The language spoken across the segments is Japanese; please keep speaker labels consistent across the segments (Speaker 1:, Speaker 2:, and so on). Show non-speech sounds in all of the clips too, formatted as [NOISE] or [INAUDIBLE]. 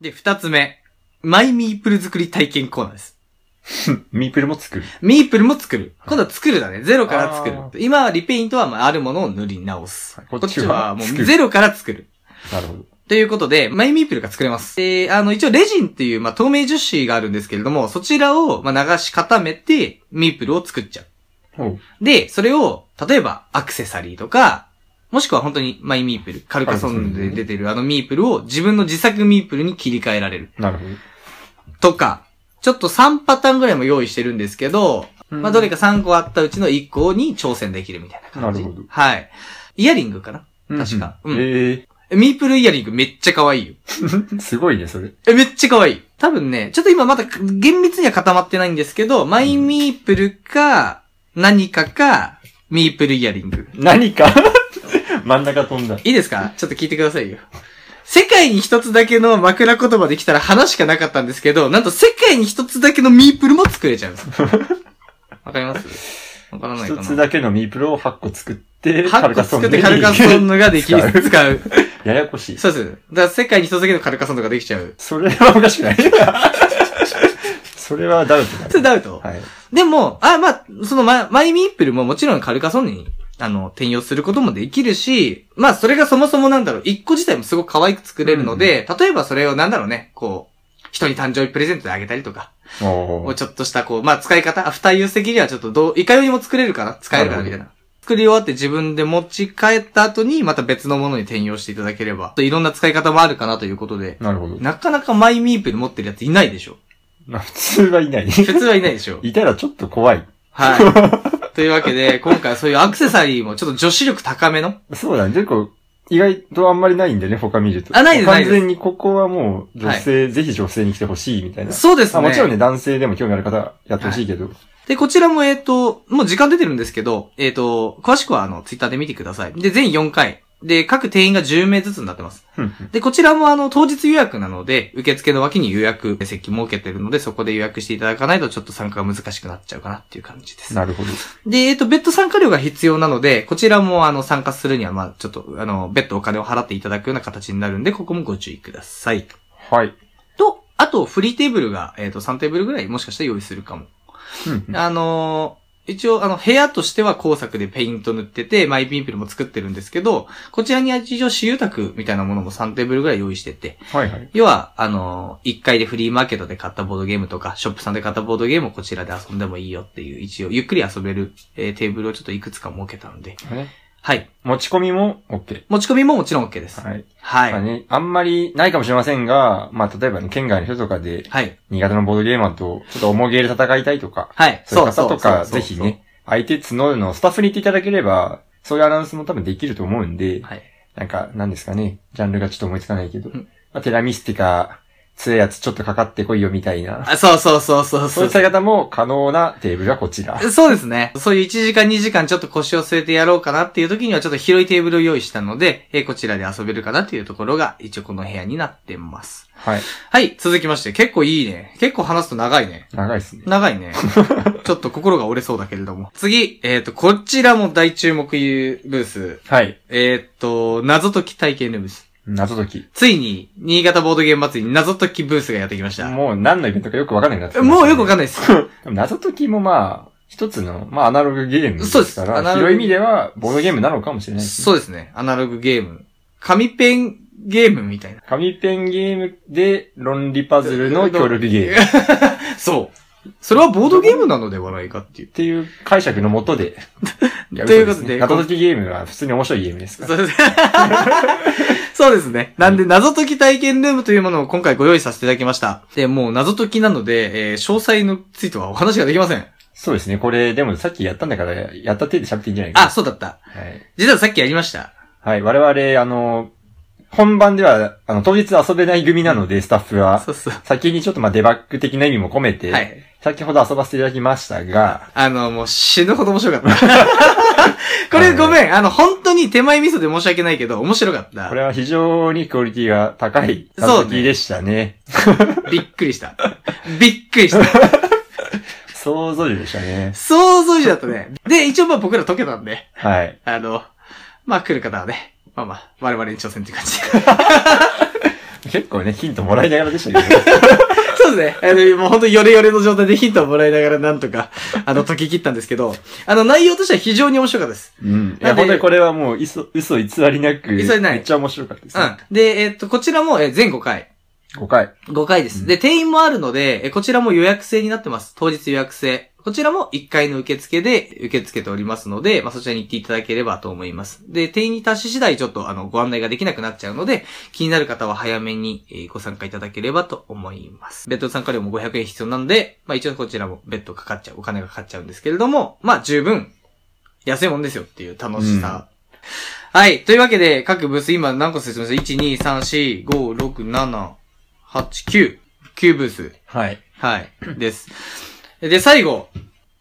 Speaker 1: で、二つ目。マイミープル作り体験コーナーです。
Speaker 2: ミープルも作る。
Speaker 1: ミープルも作る。今度は作るだね。ゼロから作
Speaker 2: あ
Speaker 1: る。今はリペイントはまああるものを塗り直す
Speaker 2: はい。
Speaker 1: こ
Speaker 2: こ
Speaker 1: っ
Speaker 2: っ
Speaker 1: ち
Speaker 2: ち
Speaker 1: は
Speaker 2: は
Speaker 1: もう
Speaker 2: 作る
Speaker 1: ゼロから作る。
Speaker 2: なるほど。
Speaker 1: ということで、マイミープルが作れます。で、あの、一応レジンっていう、まあ、透明樹脂があるんですけれども、そちらを、まあ、流し固めて、ミープルを作っちゃ
Speaker 2: ほう。
Speaker 1: う。で、それを、例えば、アクセサリーとか、もしくは本当にマイミープル、カルカソンヌで出てるあのミープルを自分の自作ミープルに切り替えられる。
Speaker 2: なるほど。
Speaker 1: とか、ちょっと3パターンぐらいも用意してるんですけど、
Speaker 2: うん
Speaker 1: まあ、どれか3個あったうちの1個に挑戦できるみたいな感じ。
Speaker 2: なるほど
Speaker 1: はい。イヤリングかな確か
Speaker 2: うん
Speaker 1: うん
Speaker 2: え
Speaker 1: ミープルイヤリングめっちゃ可愛いよ。
Speaker 2: え。すごいね、それ。
Speaker 1: え、めっちゃ可愛い。多分ね、ちょっと今まだ厳密には固まってないんですけど、マイミープルか、何かか、ミープルイヤリング。
Speaker 2: 何か [LAUGHS] 真ん中飛んだ。
Speaker 1: いいですかちょっと聞いてくださいよ。世界に一つだけの枕言葉できたら花しかなかったんですけど、なんと世界に一つだけのミープルも作れちゃうんです。わかりますわからないか
Speaker 2: 一
Speaker 1: な。
Speaker 2: つだけのミープルを8個作って、
Speaker 1: 8個作ってカルカ
Speaker 2: に
Speaker 1: ソンヌができる、
Speaker 2: 使う
Speaker 1: 使う。
Speaker 2: [LAUGHS] ややこしい。
Speaker 1: そうです。だから世界に一つだけのカルカソンヌができちゃう。
Speaker 2: それはおかし
Speaker 1: [LAUGHS]
Speaker 2: くない。それはダウトだ。
Speaker 1: それダウト
Speaker 2: はい。
Speaker 1: でも、あ、まあ、そのママイミープルももちろんカルカソンヌに、あの、転用することもできるし、まあ、それがそもそもなんだろう、一個自体もすごく可愛く作れるので、例えばそれをなんだろうね、こう、人に誕生日プレゼントであげたりとか、
Speaker 2: お
Speaker 1: もう
Speaker 2: ー
Speaker 1: ちょっとしたこう、まあ、使い方、アフターユース的にはちょっとどう、いかようにも作れるかな使えるかな
Speaker 2: な
Speaker 1: み
Speaker 2: る
Speaker 1: たい
Speaker 2: ほ
Speaker 1: な。
Speaker 2: ど
Speaker 1: 作り終わって自分で持ち帰った後に、また別のものに転用していただければ、いろんな使い方もあるかなということで、
Speaker 2: なるほど。
Speaker 1: なかなかマイミープル持ってるやついないで [LAUGHS] しょ。
Speaker 2: まあ普通はいない。
Speaker 1: 普通はいないでしょ。
Speaker 2: いたらちょっと怖い。
Speaker 1: はい。 [LAUGHS] というわけで、今回はそういうアクセサリーもちょっと女子力高めの。
Speaker 2: そうだね。結構、意外とあんまりないんだよね、他見ると。
Speaker 1: あないですないで
Speaker 2: 完
Speaker 1: す
Speaker 2: 全にここはもう、女性、ぜひ女性に来てほしいみたいな。
Speaker 1: そうです
Speaker 2: あ
Speaker 1: ね。
Speaker 2: もちろんね、
Speaker 1: ね。
Speaker 2: 男性でも興味ある方、やってほしいけど。
Speaker 1: で、こちらもえっ、と、もう時間出てるんですけど、えっ、と、詳しくはあの、ツイッターで見てください。で、全4回。で、各定員が10名ずつになってます。
Speaker 2: ふんふん
Speaker 1: で、こちらもあの、当日予約なので、受付の脇に予約席設けてるので、そこで予約していただかないとちょっと参加が難しくなっちゃうかなっていう感じです。
Speaker 2: なるほど。
Speaker 1: で、えっと、別途参加料が必要なので、こちらも、あの、参加するには、まあちょっと、あの、別途お金を払っていただくような形になるんで、ここもご注意ください。
Speaker 2: はい。
Speaker 1: と、あと、フリーテーブルが、えっ、と、3テーブルぐらいもしかしたら用意するかも。
Speaker 2: ふんふん
Speaker 1: あのー一応、あの、部屋としては工作でペイント塗ってて、マイピンプルも作ってるんですけど、こちらには一応私有宅みたいなものも3テーブルぐらい用意してて、
Speaker 2: はいはい。
Speaker 1: 要は、あのー、1階でフリーマーケットで買ったボードゲームとか、ショップさんで買ったボードゲームをこちらで遊んでもいいよっていう、一応、ゆっくり遊べる、えーテーブルをちょっといくつか設けたので、
Speaker 2: ね
Speaker 1: はい。
Speaker 2: 持ち込みも OK。
Speaker 1: 持ち込みももちろん OK です。
Speaker 2: はい。
Speaker 1: はい。
Speaker 2: まあ
Speaker 1: はい。
Speaker 2: ね、あんまりないかもしれませんが、まあ例えばね、県外の人とかで、
Speaker 1: はい。
Speaker 2: 新潟のボードゲーマーと、ちょっと重げで戦いたいとか、そういう
Speaker 1: そう
Speaker 2: 方
Speaker 1: そう
Speaker 2: と
Speaker 1: そ
Speaker 2: か、
Speaker 1: うそう
Speaker 2: ぜひね、相手募るのをスタッフに言っていただければ、そういうアナウンスも多分できると思うんで、
Speaker 1: はい。
Speaker 2: なんか、なんですかね、ジャンルがちょっと思いつかないけど、
Speaker 1: うん
Speaker 2: まあ、テラミスティカ、強いやつちょっとかかってこいよみたいな、
Speaker 1: あそうそうそうそう
Speaker 2: そういう使い方も可能なテーブルはこちら。
Speaker 1: そうですね。そういう1時間2時間ちょっと腰を据えてやろうかなっていう時にはちょっと広いテーブルを用意したので、えーこちらで遊べるかなっていうところが一応この部屋になってます。
Speaker 2: はい。
Speaker 1: はい、続きまして、結構いいね。結構話すと長いね。
Speaker 2: 長いですね。
Speaker 1: 長
Speaker 2: [LAUGHS]
Speaker 1: いね。ちょっと心が折れそうだけれども。次、えっ、と、こちらも大注目ユーブース。
Speaker 2: はい。
Speaker 1: えっ、と、謎解き体験ルームス。
Speaker 2: 謎解き。
Speaker 1: ついに、新潟ボードゲーム祭り謎解きブースがやってきました。
Speaker 2: もう何のイベントかよくわかんなくなってきま [LAUGHS] したね
Speaker 1: もうよくわかんないです。
Speaker 2: でも謎解きもまあ、一つの、まあアナログゲームで
Speaker 1: そうです
Speaker 2: すか
Speaker 1: アナロ
Speaker 2: ら、
Speaker 1: グ
Speaker 2: 広い意味ではボードゲームなのかもしれないですね。
Speaker 1: そうですね。アナログゲーム。紙ペンゲームみたいな。
Speaker 2: 紙ペンゲームで論理パズルの協力ゲームっ
Speaker 1: そう。それはボードゲームなのではないかっていう。
Speaker 2: ていう解釈のもとで。や
Speaker 1: ということで
Speaker 2: 嘘すね謎解きゲームは普通に面白いゲームですから。
Speaker 1: そうです [LAUGHS] そうですね。なんで、謎解き体験ルームというものを今回ご用意させていただきました。で、もう謎解きなので、えー詳細のついてはお話ができません。
Speaker 2: そうですね。これ、でもさっきやったんだから、やった手で喋っていいんじゃないかな。
Speaker 1: あ、そうだった。
Speaker 2: はい。
Speaker 1: 実はさっきやりました。
Speaker 2: はい。我々、あの、本番では、あの、当日遊べない組なので、スタッフは
Speaker 1: そ。うそう。
Speaker 2: 先にちょっとまあデバッグ的な意味も込めて、
Speaker 1: はい。
Speaker 2: 先ほど遊ばせていただきましたが、
Speaker 1: あの、もう死ぬほど面白かった。 [LAUGHS] これごめん。あの、本当に手前味噌で申し訳ないけど、面白かっ
Speaker 2: こ
Speaker 1: た。
Speaker 2: れは非常にクオリティが高い
Speaker 1: そうね
Speaker 2: 謎解きでしたね。
Speaker 1: びっくりした。びっくりした。
Speaker 2: 想像力でしたね。
Speaker 1: 想像以上だったね。で、一応まあ僕ら解けたんで。
Speaker 2: はい。
Speaker 1: あの、まあ来る方はね、まあまあ、我々に挑戦っていう感じ。
Speaker 2: 結構ね、ヒントもらいながらでしたけ
Speaker 1: [LAUGHS]
Speaker 2: ど、ね、
Speaker 1: [LAUGHS] そうですね。あの、もう本当にヨレヨレの状態でヒントをもらいながらなんとか、あの、解き切ったんですけど、あの、内容としては非常に面白かったです。
Speaker 2: うん。い
Speaker 1: なん
Speaker 2: や、
Speaker 1: で
Speaker 2: 本当にこれはもう、嘘、嘘偽りなく、
Speaker 1: 偽りない
Speaker 2: めっちゃ面白かったです、
Speaker 1: う
Speaker 2: ね。
Speaker 1: ん。で、えっと、こちらも、えー全5回。
Speaker 2: 5回。
Speaker 1: 5回です。で、定員もあるので、えーこちらも予約制になってます。当日予約制。こちらも1回の受付で受け付けておりますので、まあ、そちらに行っていただければと思います。で、定員に達し次第ちょっとあの、ご案内ができなくなっちゃうので、気になる方は早めにえーご参加いただければと思います。別途参加料も500円必要なので、まあ、一応こちらも別途かかっちゃう、お金がかかっちゃうんですけれども、まあ、十分、安いもんですよっていう楽しさ。はい。というわけで、各ブース今何個説明した ?1、2、3、4、5、6、7、8、9。9ブース。
Speaker 2: はい。
Speaker 1: はい。です。で、最後、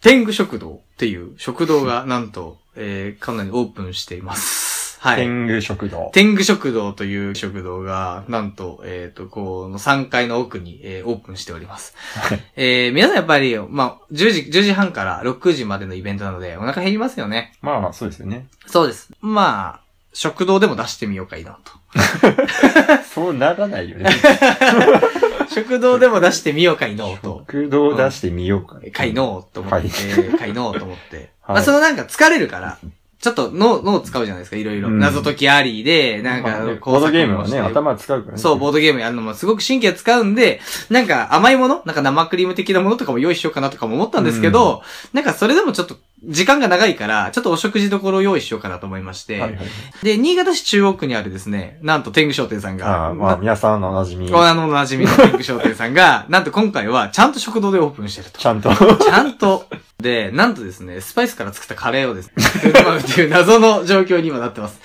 Speaker 1: 天狗食堂っていう食堂がなんと、えー、かなりオープンしています。はい。
Speaker 2: 天狗食堂。
Speaker 1: 天狗食堂という食堂が、なんと、えっ、と、この3階の奥に、えーオープンしております。えー、皆さんやっぱり、まあ、10時、10時半から6時までのイベントなので、お腹減りますよね。
Speaker 2: まあまあ、そうですよね。
Speaker 1: そうです。まあ、食堂でも出してみようかいな [LAUGHS] と。
Speaker 2: そうならな
Speaker 1: [LAUGHS]
Speaker 2: いよね。
Speaker 1: 食堂でも出してみようかいのうと。
Speaker 2: 食堂出してみようか。
Speaker 1: かいのうと思っ
Speaker 2: は
Speaker 1: て
Speaker 2: い、
Speaker 1: かいのうと思って。
Speaker 2: はい
Speaker 1: まあそのなんか疲れるから、ちょっと脳、脳を使うじゃないですか、いろいろ。
Speaker 2: うん
Speaker 1: 謎解きありで、なん
Speaker 2: まあね
Speaker 1: か、
Speaker 2: ボードゲーム
Speaker 1: 工
Speaker 2: は
Speaker 1: 作も
Speaker 2: ね、
Speaker 1: して
Speaker 2: 頭使うからね。
Speaker 1: そう、ボードゲームやるのもすごく神経使うんで、なんか甘いものなんか生クリーム的なものとかも用意しようかなとかも思ったんですけど、なんかそれでもちょっと時間が長いから、ちょっとお食事どころを用意しようかなと思いまして、
Speaker 2: はいはい。
Speaker 1: で、新潟市中央区にあるですね、なんと天狗商店さんが、
Speaker 2: ああ、まあ、皆さんのおなじみ、
Speaker 1: こ
Speaker 2: ち
Speaker 1: のおなじみの天狗商店さんが、なんと今回はちゃんと食堂でオープンしてると。
Speaker 2: ゃんと。
Speaker 1: ちゃんと。で、なんとですね、スパイスから作ったカレーをですね、振る舞うっていう謎の状況に今なってます。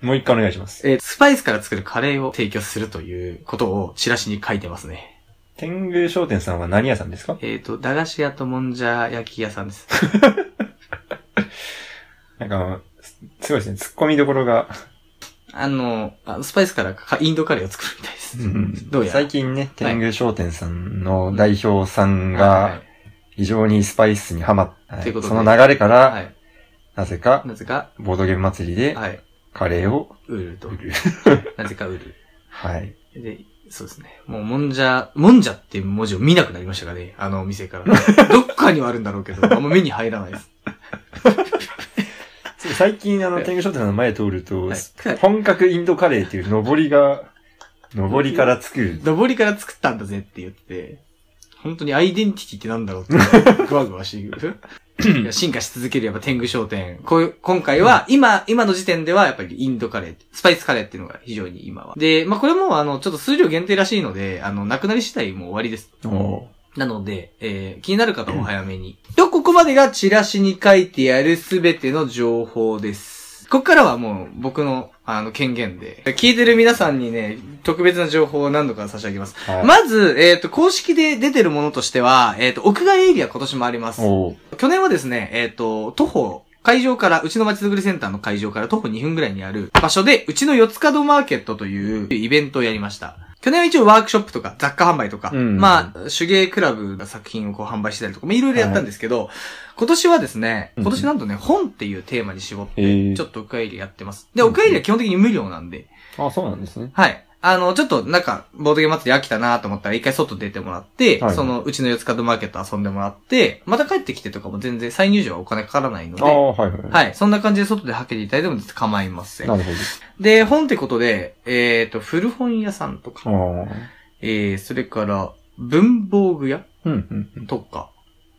Speaker 2: もう一回お願いします。
Speaker 1: えースパイスから作るカレーを提供するということをチラシに書いてますね。
Speaker 2: 天狗商店さんは何屋さんですか
Speaker 1: えっ、と、駄菓子屋ともんじゃ焼き屋さんです。
Speaker 2: なんか、すすごいですね。突っ込みどころが。
Speaker 1: あの、あスパイスからかインドカレーを作るみたいです。どうやら
Speaker 2: 最近ね、天狗商店さんの代表さ
Speaker 1: はい
Speaker 2: ん
Speaker 1: は
Speaker 2: が、非常にスパイスにハマった。は
Speaker 1: ということで
Speaker 2: その流れか
Speaker 1: い、は
Speaker 2: ら、
Speaker 1: い。
Speaker 2: なぜか、
Speaker 1: なぜか、
Speaker 2: ボードゲーム祭りで、
Speaker 1: はい。
Speaker 2: カレーを
Speaker 1: 売ると
Speaker 2: 売。る。
Speaker 1: なぜか売る。
Speaker 2: はい。
Speaker 1: で、そうですね。もう、もんじゃ、もんじゃっていう文字を見なくなりましたからね、あのお店から。どっかにはあるんだろうけど、あんま目に入らないです。
Speaker 2: 最近、
Speaker 1: は
Speaker 2: あの、
Speaker 1: い
Speaker 2: 天狗商店の前通ると
Speaker 1: はい、
Speaker 2: 本格インドカレーっていう上りが、上りから作る。
Speaker 1: 上りから作ったんだぜって言って、本当にアイデンティティってなんだろう [LAUGHS] って、ぐわぐわしてくいや進化し続けるやっぱ天狗商店。こういう今回は、今、今の時点ではやっぱりインドカレー、スパイスカレーっていうのが非常に今は。で、まあ、これもあの、ちょっと数量限定らしいので、あの、なくなり次第もう終わりです。
Speaker 2: おー
Speaker 1: なので、えー、気になる方はお早めに。 [CLEARS THROAT] と、ここまでがチラシに書いてあるすべての情報です。ここからはもう僕の、あの、権限で。聞いてる皆さんにね、特別な情報を何度か差し上げます。
Speaker 2: はい
Speaker 1: まず、えっ、と、公式で出てるものとしては、えっ、と、屋外エリア今年もあります。
Speaker 2: おー
Speaker 1: 去年はですね、えっ、と、徒歩、会場から、うちのまちづくりセンターの会場から徒歩2分ぐらいにある場所で、うちの四つ角マーケットというイベントをやりました。去年は一応ワークショップとか雑貨販売とか、
Speaker 2: うん
Speaker 1: まあ、手芸クラブが作品をこう販売してたりとか、まあいろいろやったんですけど、今年はですね、
Speaker 2: うん
Speaker 1: 今年なんとね、本っていうテーマに絞って、
Speaker 2: えー
Speaker 1: ちょっと屋外エリアやってます。で、屋外エリア基本的に無料なんで、
Speaker 2: あ、そうなんですね。
Speaker 1: はい。あの、ちょっとなんか、ボードゲーム祭り飽きたなと思ったら、一回外出てもらって、
Speaker 2: はい
Speaker 1: その、うちの四つ角マーケット遊んでもらって、また帰ってきてとかも全然再入場はお金かからないの
Speaker 2: あ
Speaker 1: で、
Speaker 2: あ、はいはい。
Speaker 1: はい。そんな感じで外で履けていただいても構いません。
Speaker 2: なるほ
Speaker 1: で、本ってことで、えっ、と、古本屋さんとか、
Speaker 2: ど。ああ。
Speaker 1: えー、それから、文房具屋
Speaker 2: うん、うんうん。
Speaker 1: とか、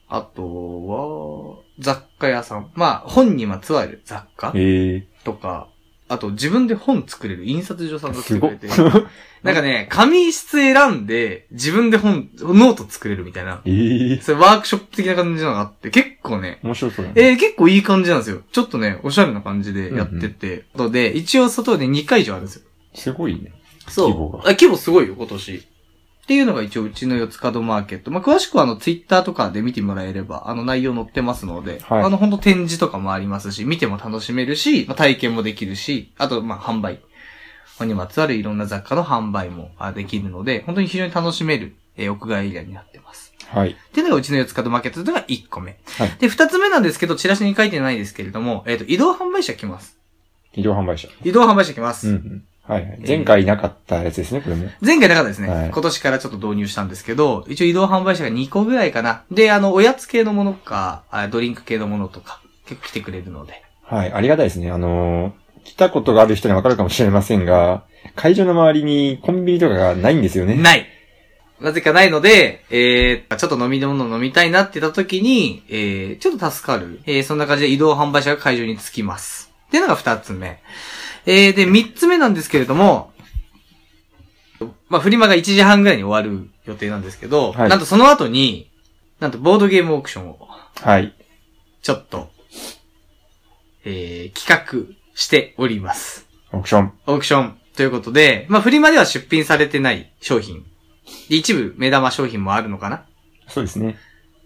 Speaker 1: あとは、雑貨屋さん。まあ、本にまつわる雑貨
Speaker 2: ええ
Speaker 1: とか、あと自分で本作れる印刷所さんが来
Speaker 2: す
Speaker 1: てく
Speaker 2: ご
Speaker 1: れ
Speaker 2: っ
Speaker 1: て、。 [LAUGHS] なんかね、紙質選んで、自分で本、ノート作れるみたいな。
Speaker 2: ええ
Speaker 1: それワークショップ的な感じのがあって、結構ね、
Speaker 2: 面白そうだね。
Speaker 1: えー、結構いい感じなんですよ。ちょっとね、おしゃれな感じでやってて。ので、一応外で2会場あるんですよ。
Speaker 2: すごいね。
Speaker 1: そう。
Speaker 2: 規模が
Speaker 1: あ規模すごいよ、今年。っていうのが一応うちの四つ角マーケット。まあ、詳しくはあの、ツイッターとかで見てもらえれば、あの内容載ってますので、
Speaker 2: はい
Speaker 1: あの、本当展示とかもありますし、見ても楽しめるし、まあ、体験もできるし、あと、まあ、販売。本にまつわるいろんな雑貨の販売もあできるので、本当に非常に楽しめる、えー屋外エリアになってます。
Speaker 2: はい。
Speaker 1: っていうのがうちの四つ角マーケットというのが1個目。
Speaker 2: はい
Speaker 1: で、2つ目なんですけど、チラシに書いてないですけれども、えっ、と、移動販売車来ます。
Speaker 2: 医療販売者。
Speaker 1: 移動販売車来ま
Speaker 2: う
Speaker 1: す。
Speaker 2: んうん。はいはい。前回いなかったやつですね、これも。
Speaker 1: 前回なかったですね、
Speaker 2: はい
Speaker 1: 今年からちょっと導入したんですけど、一応移動販売車が2個ぐらいかな。で、あの、おやつ系のものか、あドリンク系のものとか、結構来てくれるので。
Speaker 2: はい。ありがたいですね。あのー来たことがある人にはわかるかもしれませんが、会場の周りにコンビニとかがないんですよね。
Speaker 1: ない。なぜかないので、えー、ちょっと飲み物飲みたいなって言った時に、えー、ちょっと助かる。えー、そんな感じで移動販売車が会場に着きます。っていうのが二つ目。えー、で、三つ目なんですけれども、まあ、フリマが1時半ぐらいに終わる予定なんですけど、
Speaker 2: はい
Speaker 1: なんとその後に、なんとボードゲームオークションを、
Speaker 2: はい。
Speaker 1: ちょっと、えー、企画しております。
Speaker 2: オークション。
Speaker 1: オークションということで、まあ、フリマでは出品されてない商品。で一部目玉商品もあるのかな
Speaker 2: そうですね。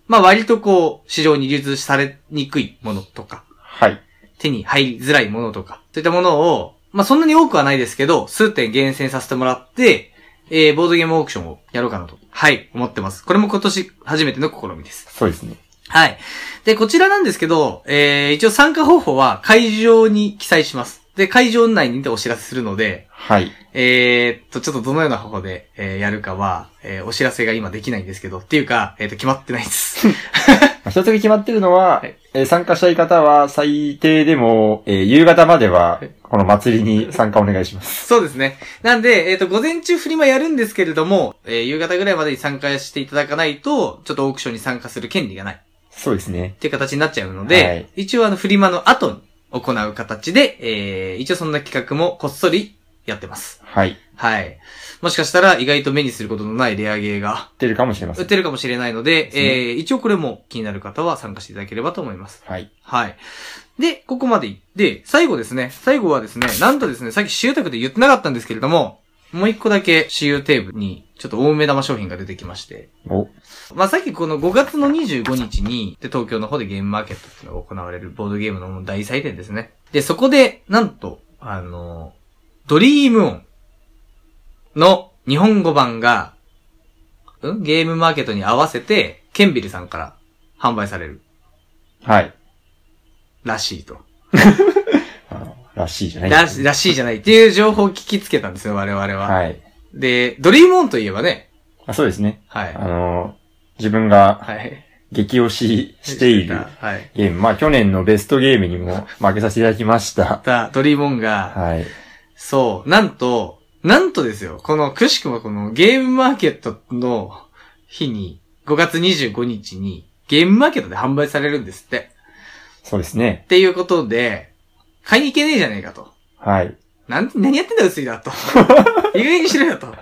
Speaker 1: まあ、割とこう、市場に流通されにくいものとか、
Speaker 2: はい。
Speaker 1: 手に入りづらいものとか、そういったものを、まあ、そんなに多くはないですけど、数点厳選させてもらって、えー、ボードゲームオークションをやろうかなと。はい、思ってます。これも今年初めての試みです。
Speaker 2: そうですね。
Speaker 1: はい。で、こちらなんですけど、えー、一応参加方法は会場に記載します。で、会場内にてお知らせするので、
Speaker 2: はい。
Speaker 1: えー、っと、ちょっとどのような方法で、えーやるかは、えーお知らせが今できないんですけど、っていうか、えーっと、決まってないです。
Speaker 2: [LAUGHS] まあ一つだけ決まってるのは、
Speaker 1: はい
Speaker 2: えー参加したい方は最低でも、えー夕方まで
Speaker 1: は
Speaker 2: は
Speaker 1: い、
Speaker 2: この祭りに参加お願いします。
Speaker 1: そうですね。なんで、えーっと、午前中フリマやるんですけれども、えー夕方ぐらいまでに参加していただかないと、ちょっとオークションに参加する権利がない。
Speaker 2: そうですね
Speaker 1: っ。ていう形になっちゃうので、
Speaker 2: はい
Speaker 1: 一応あの、フリマの後に行う形で、えー、一応そんな企画もこっそりやってます。
Speaker 2: はい。
Speaker 1: はい。もしかしたら意外と目にすることのないレアゲーが
Speaker 2: 出るかもしれませ
Speaker 1: 売っ
Speaker 2: ん。
Speaker 1: てるかもしれないので、
Speaker 2: ですね
Speaker 1: えー、一応これも気になる方は参加していただければと思います。
Speaker 2: はい。
Speaker 1: はい。で、ここまで行って、最後ですね。最後はですね、なんとですね、さっき私有宅で言ってなかったんですけれども、もう一個だけ私有テーブルに、ちょっと大目玉商品が出てきまして。
Speaker 2: お、
Speaker 1: まあ、さっきこの5月の25日に、で、東京の方でゲームマーケットっていうのが行われるボードゲームの大祭典ですね。で、そこで、なんと、あの、ドリームオンの日本語版が、うんゲームマーケットに合わせて、ケンビルさんから販売される
Speaker 2: はい。
Speaker 1: らしいと。
Speaker 2: あのらしいじゃない
Speaker 1: らしらしいじゃないっていう情報を聞きつけたんですよ、我々は。
Speaker 2: はい。
Speaker 1: で、ドリームオンといえばね、
Speaker 2: あそうですね。
Speaker 1: はい。
Speaker 2: あの、自分が
Speaker 1: はい。
Speaker 2: 激推ししている
Speaker 1: はい。 [LAUGHS]
Speaker 2: ゲーム。まあ去年のベストゲームにも負けさせていただきました。
Speaker 1: だドリームオンが、
Speaker 2: はい。
Speaker 1: そう、なんと、なんとですよ、この、くしくもこのゲームマーケットの日に、5月25日に、ゲームマーケットで販売されるんですって。
Speaker 2: そうですね
Speaker 1: っ。ていうことで、買いに行けねえじゃねえかと。
Speaker 2: はい。
Speaker 1: なん、何やってんだ薄いだと。 [LAUGHS] 意外にしろよと。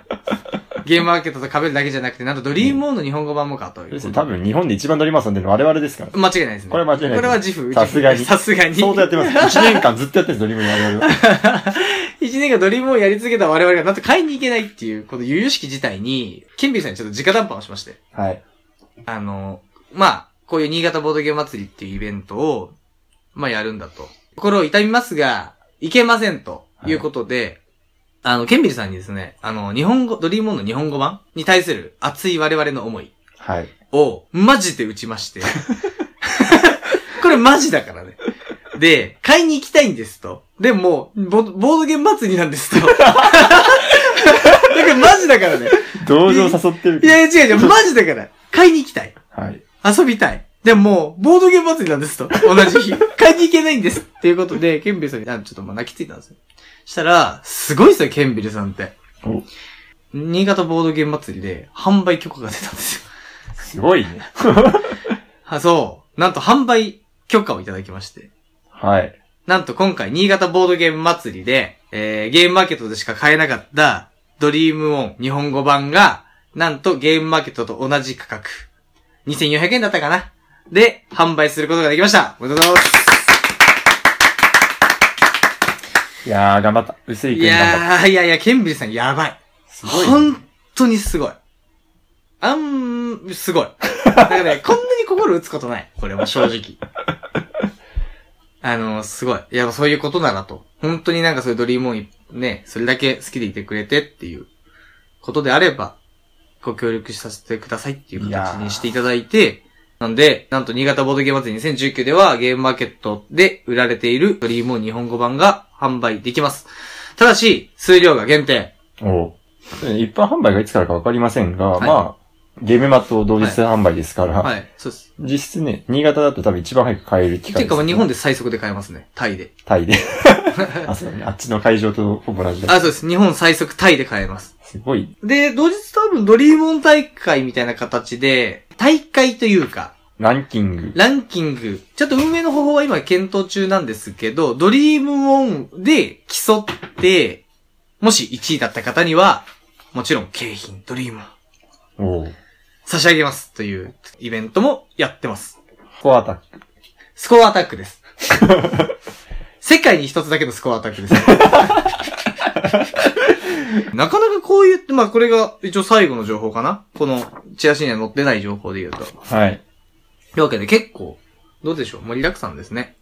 Speaker 1: ゲームマーケットと被るだけじゃなくて、なんとドリームオンの日本語版もかとい
Speaker 2: そうで
Speaker 1: う
Speaker 2: すね多分日本で一番ドリマーさんでるの我々です [LAUGHS] から。
Speaker 1: 間違いないですね。
Speaker 2: これは間違いない
Speaker 1: これは自負。
Speaker 2: さすがに
Speaker 1: さすがに。
Speaker 2: 相当やってます。1年間ずっとやってるんです、ドリームに我々は。
Speaker 1: [LAUGHS] 一年間ドリームをやり続けた我々がなんと買いに行けないっていう、この由々しき事態に、ケンビルさんにちょっと直談判をしまして。
Speaker 2: はい。
Speaker 1: あの、まあ、こういう新潟ボードゲーム祭りっていうイベントを、まあやるんだと。心を痛みますが、いけませんということで、あの、ケンビルさんにですね、あの、日本語、ドリームオンの日本語版に対する熱い我々の思い
Speaker 2: はい。
Speaker 1: を、マジで打ちまして。 [LAUGHS] これマジだからね。で、買いに行きたいんですと。でも、ボボードゲーム祭りなんですと。だからマジだからね。
Speaker 2: 同情誘ってる
Speaker 1: い
Speaker 2: けど
Speaker 1: やいや違う違う、マジだから。買いに行きたい。
Speaker 2: はい。
Speaker 1: 遊びたい。でももう、ボードゲーム祭りなんですと。同じ日。買いに行けないんです。っていうことで、ケンビルさんに、あちょっとまあ泣きついたんですよ。したら、すごいですよ、ケンビルさんって。
Speaker 2: お
Speaker 1: 新潟ボードゲーム祭りで、販売許可が出たんですよ。
Speaker 2: すごいね。 [LAUGHS]
Speaker 1: あ、そう。なんと販売許可をいただきまして。
Speaker 2: はい。
Speaker 1: なんと今回、新潟ボードゲーム祭りで、えー、ゲームマーケットでしか買えなかった、ドリームオン日本語版が、なんとゲームマーケットと同じ価格。2400円だったかなで、販売することができましたおめでとうございます
Speaker 2: いやー、頑張った。薄い
Speaker 1: い
Speaker 2: 君頑張っ
Speaker 1: やー、いやいや、ケンビルさんやばい。
Speaker 2: た。すごいね。
Speaker 1: 本当にすごい。あん、すごい。だから [LAUGHS] ね、こんなに心打つことない。これは正直。あの、すごい。いや、そういうことだなと。本当になんかそういうドリームをね、それだけ好きでいてくれてっていうことであれば、ご協力させてくださいっていう
Speaker 2: いや
Speaker 1: 形
Speaker 2: ー
Speaker 1: にしていただいて、なんで、なんと新潟ボードゲーム祭り2019ではゲームマーケットで売られているドリームオン日本語版が販売できます。ただし、数量が限定。
Speaker 2: おう一般販売がいつからかわかりませんが、
Speaker 1: はい
Speaker 2: まあ、ゲームマット同日販売ですから、
Speaker 1: はい。そうです。
Speaker 2: 実質ね、新潟だと多分一番早く買える機
Speaker 1: って
Speaker 2: 会
Speaker 1: いうか、日本で最速で買えますね。タイで。
Speaker 2: タイで。あ、そうね。あっちの会場とほぼ同じだ。
Speaker 1: [LAUGHS] あ、そうです。日本最速タイで買えます。
Speaker 2: すごい。
Speaker 1: で、同日多分ドリームオン大会みたいな形で、大会というか、
Speaker 2: ランキング。
Speaker 1: ランキング、ちょっと運営の方法は今検討中なんですけど、ドリームオンで競って、もし1位だった方には、もちろん景品、ドリームオン
Speaker 2: おう
Speaker 1: 差し上げますというイベントもやってます。
Speaker 2: スコアアタック。
Speaker 1: スコアアタックです。世界に一つだけのスコアアタックです。なかなかこういう、まあこれが一応最後の情報かなこのチラシには載ってない情報で言うと。と
Speaker 2: はい。
Speaker 1: いうわけで結構、どうでしょう盛りだくさんですね。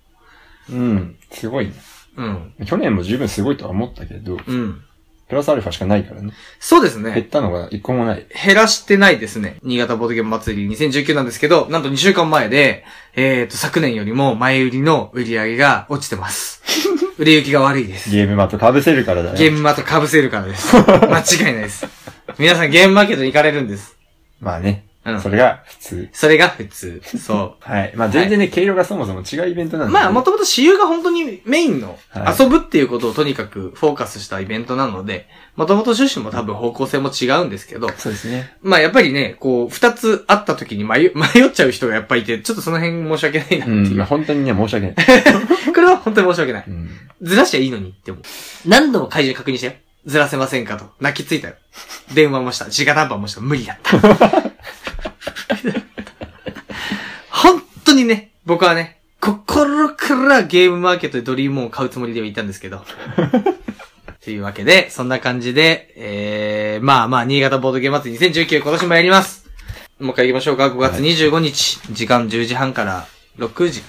Speaker 2: うん。すごいね。
Speaker 1: うん。
Speaker 2: 去年も十分すごいとは思ったけど、
Speaker 1: うん。
Speaker 2: プラスアルファしかないからね。
Speaker 1: そうです
Speaker 2: 減っ
Speaker 1: ね。
Speaker 2: たのが一個もない。
Speaker 1: 減らしてないですね。新潟ボードゲーム祭り2019なんですけど、なんと2週間前で、えっ、と、昨年よりも前売りの売り上げが落ちてます。売れ行きが悪いです。
Speaker 2: ゲームマット被せるからだよ。
Speaker 1: ゲームマと被せるから
Speaker 2: [LAUGHS]
Speaker 1: です。間違いないです。皆さんゲームマーケットに行かれるんです。
Speaker 2: まあね。
Speaker 1: うん
Speaker 2: そ。れが普通。
Speaker 1: それが普通。そ
Speaker 2: はい。まあ全然ね、毛色がそもそも違うイベントな
Speaker 1: う。
Speaker 2: ん [LAUGHS] で。
Speaker 1: まあ、もともと私有が本当にメインの
Speaker 2: はい
Speaker 1: 遊ぶっていうことをとにかくフォーカスしたイベントなので、もともと趣旨も多分方向性も違うんですけど、
Speaker 2: そうですね。
Speaker 1: まあやっぱりね、こう、二つあった時に迷 [LAUGHS] 迷っちゃう人がやっぱいて、ちょっとその辺申し訳ないなっ
Speaker 2: う
Speaker 1: て
Speaker 2: ん。
Speaker 1: い
Speaker 2: ま
Speaker 1: う
Speaker 2: あ。本当にね、申し訳ない。
Speaker 1: [LAUGHS] これは本当に申し訳ない。
Speaker 2: うん。
Speaker 1: ずらしちゃいいのにって思う。何度も会場に確認したよ。ずらせませんかと。泣きついたよ。電話もした。直談判もした。無理だった。本当にね、僕はね、心からゲームマーケットでドリームオンを買うつもりではいたんですけど。というわけで、そんな感じで、えー、まあまあ、新潟ボードゲーム祭り2019今年もやります。もう一回行きましょうか。5月25日、時間10時半から6時。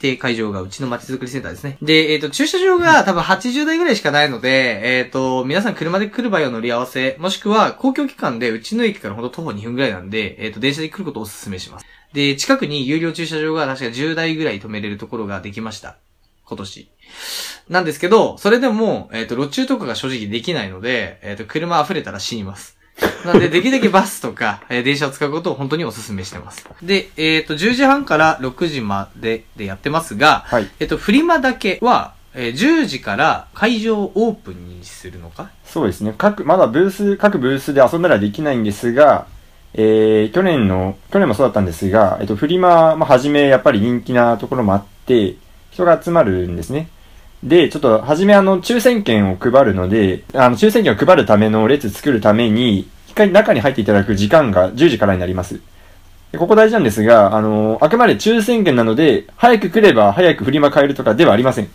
Speaker 1: で、会場がうちの街づくりセンターですね。で、えっ、と、駐車場が多分80台ぐらいしかないので、えっ、と、皆さん車で来る場合は乗り合わせ、もしくは公共機関でうちの駅からほんと徒歩2分ぐらいなんで、えっ、と、電車で来ることをお勧めします。で、近くに有料駐車場が確か10台ぐらい止めれるところができました。今年。なんですけど、それでも、えっ、と、路中とかが正直できないので、えっ、と、車溢れたら死にます。なん
Speaker 2: [LAUGHS]
Speaker 1: で、できるだけバスとか、えー電車を使うことを本当にお勧めしてます。で、えっ、と、10時半から6時まででやってますが、
Speaker 2: はい。
Speaker 1: えっと、フリマだけは、えー10時から会場をオープンにするのか
Speaker 2: そうですね。各、まだブース、各ブースで遊んだらできないんですが、えー、去年の、去年もそうだったんですが、えっと、フリマ、まあ、はじめ、やっぱり人気なところもあって、人が集まるんですね。で、ちょっと、はじめ、あの、抽選券を配るので、あの、抽選券を配るための列作るために、一回中に入っていただく時間が10時からになります。でここ大事なんですが、あの、あくまで抽選券なので、早く来れば早くフリマ買えるとかではありません。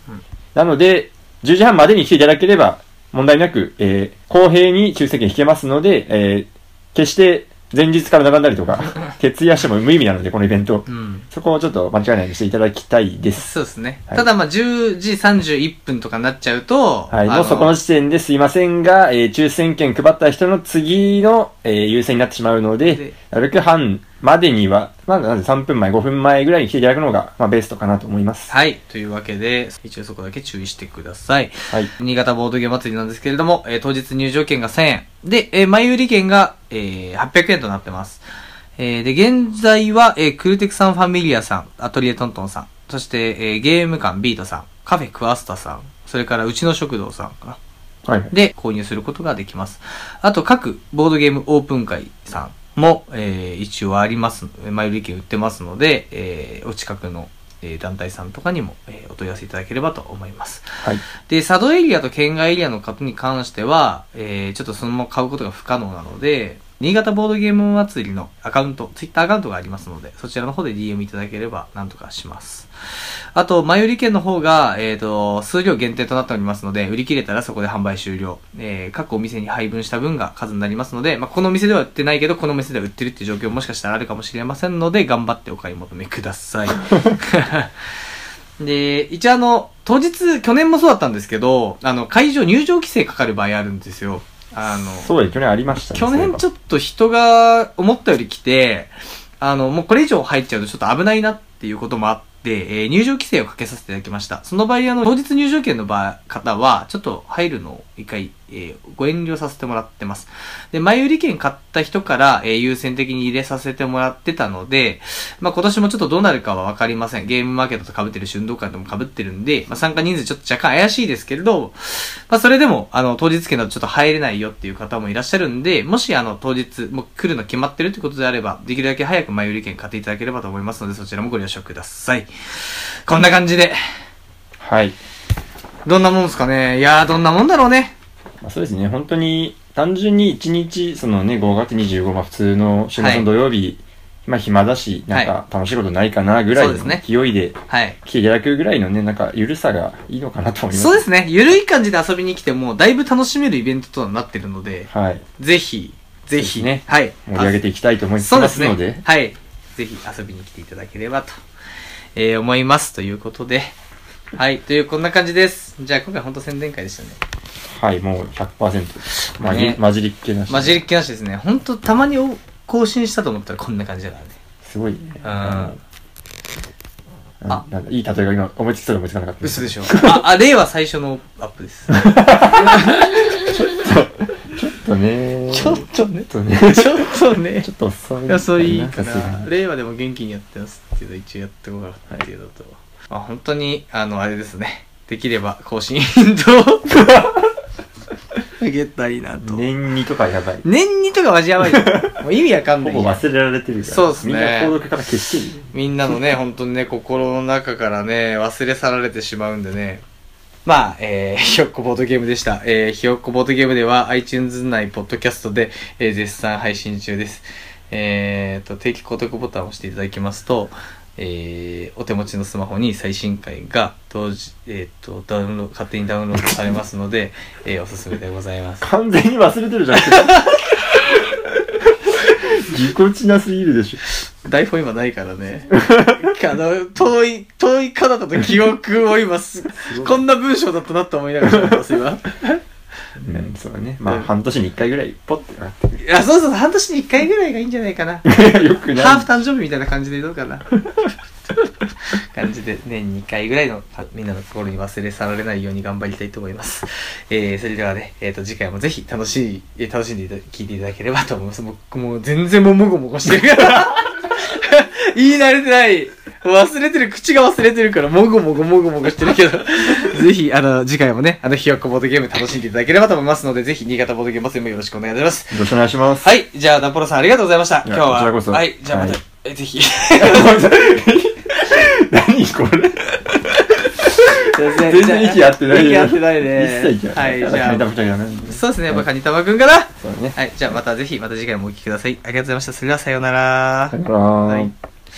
Speaker 2: なので、10時半までに来ていただければ、問題なく、えー公平に抽選券引けますので、えー決して前日から並んだりとか、徹夜しても無意味なので、このイベント。
Speaker 1: うん。
Speaker 2: そこをちょっと間違いないようにしていただきたいです。
Speaker 1: そうですね。
Speaker 2: はい
Speaker 1: ただまあ、10時31分とかになっちゃうと、
Speaker 2: はい。
Speaker 1: あ
Speaker 2: もうそこの時点ですいませんが、えー抽選券配った人の次の、えー優先になってしまうの
Speaker 1: で
Speaker 2: で、なるべく半までには、まあ、なんで3分前、5分前ぐらいに来ていただくのが、まあ、ベーストかなと思います。
Speaker 1: はい。というわけで、一応そこだけ注意してください。
Speaker 2: はい。
Speaker 1: 新潟ボードゲーム祭りなんですけれども、えー当日入場券が1000円。で、えー前売り券が、えー800円となってます。えーで、現在は、えークルテクさんファミリアさん、アトリエトントンさん、そして、えーゲーム館ビートさん、カフェクワスタさん、それからうちの食堂さんかな。
Speaker 2: はい。
Speaker 1: で購入することができます。あと、各ボードゲームオープン会さんも、えー一応あります、前売り券売ってますので、えーお近くの、えー団体さんとかにも、えーお問い合わせいただければと思います。
Speaker 2: はい。
Speaker 1: で、佐渡エリアと県外エリアの方に関しては、えーちょっとそのまま買うことが不可能なので、新潟ボードゲーム祭りのアカウント、ツイッターアカウントがありますので、そちらの方で DM いただければなんとかします。あと、前売り券の方が、えっ、と、数量限定となっておりますので、売り切れたらそこで販売終了。えー各お店に配分した分が数になりますので、まあ、このお店では売ってないけど、このお店では売ってるっていう状況もしかしたらあるかもしれませんので、頑張ってお買い求めください。で、一応あの、当日、去年もそうだったんですけど、あの、会場入場規制かかる場合あるんですよ。あの、
Speaker 2: そうです。去年ありましたね。
Speaker 1: 去年ち
Speaker 2: ょっ
Speaker 1: ょっと人が思ったより来て、あの、もうこれ以上入っちゃうとちょっと危ないなっていうこともあっで、えー入場規制をかけさせていただきました。その場合、あの、当日入場券の場方は、ちょっと入るのを一回、えーご遠慮させてもらってます。で、前売り券買った人から、えー優先的に入れさせてもらってたので、まあ、今年もちょっとどうなるかはわかりません。ゲームマーケットと被ってるし、運動会とも被ってるんで、まあ、参加人数ちょっと若干怪しいですけれど、まあ、それでも、あの、当日券だとちょっと入れないよっていう方もいらっしゃるんで、もし、あの、当日、もう来るの決まってるってことであれば、できるだけ早く前売り券買っていただければと思いますので、そちらもご了承ください。こんな感じで。
Speaker 2: はい。
Speaker 1: どんなもんすかねいやー、どんなもんだろうね。
Speaker 2: まあ、そうですね、本当に単純に1日、そのね、5月25日、まあ普通の週末の土曜日、まあ暇だし、なん
Speaker 1: は
Speaker 2: か楽しいことないかなぐらい
Speaker 1: そう
Speaker 2: の
Speaker 1: ですね
Speaker 2: 勢いで
Speaker 1: はい。
Speaker 2: 来ていただくぐらいのね、なんか緩さがいいのかなと思います。
Speaker 1: そうですね。ゆるい感じで遊びに来ても、だいぶ楽しめるイベントとなってるので、
Speaker 2: はい。
Speaker 1: ぜひ、ぜひ、
Speaker 2: そうですね
Speaker 1: はい。
Speaker 2: 盛り上げていきたいと思い
Speaker 1: そう
Speaker 2: ま
Speaker 1: ですす
Speaker 2: ので、
Speaker 1: ね。はい。ぜひ遊びに来ていただければと、えー思います。ということで。はい。という、こんな感じです。じゃあ、今回本当宣伝会でしたね。
Speaker 2: はい、もう100%。まあ、
Speaker 1: ね
Speaker 2: 混じりっけなし。
Speaker 1: 混じりっきなしですね。本当たまにお更新したと思ったらこんな感じだからね。
Speaker 2: すごいね。
Speaker 1: あ
Speaker 2: うんなんかいい例えが今思いつきそうで思いつかなかった。
Speaker 1: 嘘でしょ。あ、あ、例は最初のアップです。
Speaker 2: ちょっとね。
Speaker 1: [LAUGHS] ちょっとね。
Speaker 2: とね。
Speaker 1: ちょっと [LAUGHS] ね
Speaker 2: ちょ。っと遅い。
Speaker 1: いや、そういいか
Speaker 2: んす
Speaker 1: な。令和でも元気にやってますっていうの一応やってこなかったっていうのと。まあ、本当に、あの、あれですね。できれば更新頻度を [LAUGHS] 上げたいなと。
Speaker 2: 年にとかやばい。
Speaker 1: 年にとかマジやば
Speaker 2: [LAUGHS]
Speaker 1: いよ。もう意味わかんな
Speaker 2: ほ
Speaker 1: い
Speaker 2: ぼ忘れられてるから。
Speaker 1: そうっすね
Speaker 2: みんな購読から消してる。
Speaker 1: みんなのね、本当にね、心の中からね、忘れ去られてしまうんでね。まあ、えー、ひよっこボードゲームでした。えー、ひよっこボードゲームでは iTunes 内ポッドキャストで、えー絶賛配信中です。えーと、定期購読ボタンを押していただきますと、えー、お手持ちのスマホに最新回が同時、えーと、ダウンロード、勝手にダウンロードされますので、えー、おすすめでございます。
Speaker 2: 完全に忘れて
Speaker 1: [LAUGHS]
Speaker 2: るじゃん。ぎこちなすぎるでしょ。
Speaker 1: 台本今ないからね。あの、遠い、遠い彼方の記憶を今す、こんな文章だったなと思いながら喋ってます、今。
Speaker 2: うん、そうだね。まあ、半年に一回ぐらい、ポッて上がって
Speaker 1: いや、そうそう、半年に一回ぐらいがいいんじゃないかな。
Speaker 2: く [LAUGHS] る。よくない。
Speaker 1: ハーフ誕生日みたいな感じでどうかな。感じで、年2回ぐらいのあみんなの心に忘れ去られないように頑張りたいと思います。えー、それではね、えっ、と、次回もぜひ楽しい、えー楽しんでいた聞いていただければと思います。僕もう全然もうもごもごしてるから。言い慣れてない。忘れてる、口が忘れてるから、もごもごもごもごしてるけど、ぜひ、あの、次回もね、あの、ひよっこボードゲーム楽しんでいただければと思いますので、ぜひ、新潟ボードゲーム祭りもよろしくお願いいたします。
Speaker 2: よろしくお願いします。
Speaker 1: はい、じゃあ、ナポロさんありがとうございました。
Speaker 2: い
Speaker 1: 今
Speaker 2: や
Speaker 1: 日は。
Speaker 2: こちらこそ
Speaker 1: はい、じゃあまた、
Speaker 2: はい
Speaker 1: えぜひ。
Speaker 2: 何これ
Speaker 1: 全
Speaker 2: 全然息合ってない
Speaker 1: 息合ってないね。
Speaker 2: 一切息合って
Speaker 1: は、
Speaker 2: ないい。
Speaker 1: じゃ
Speaker 2: カニ食
Speaker 1: あ。
Speaker 2: べちゃいけないん
Speaker 1: [LAUGHS]
Speaker 2: で
Speaker 1: そうですね、やっぱカニタマくんかな。
Speaker 2: そうだね。
Speaker 1: はい、じゃあまたぜひ、また次回もお聞きください。ありがとうございました。それではさようなら
Speaker 2: さよ。なら
Speaker 1: はい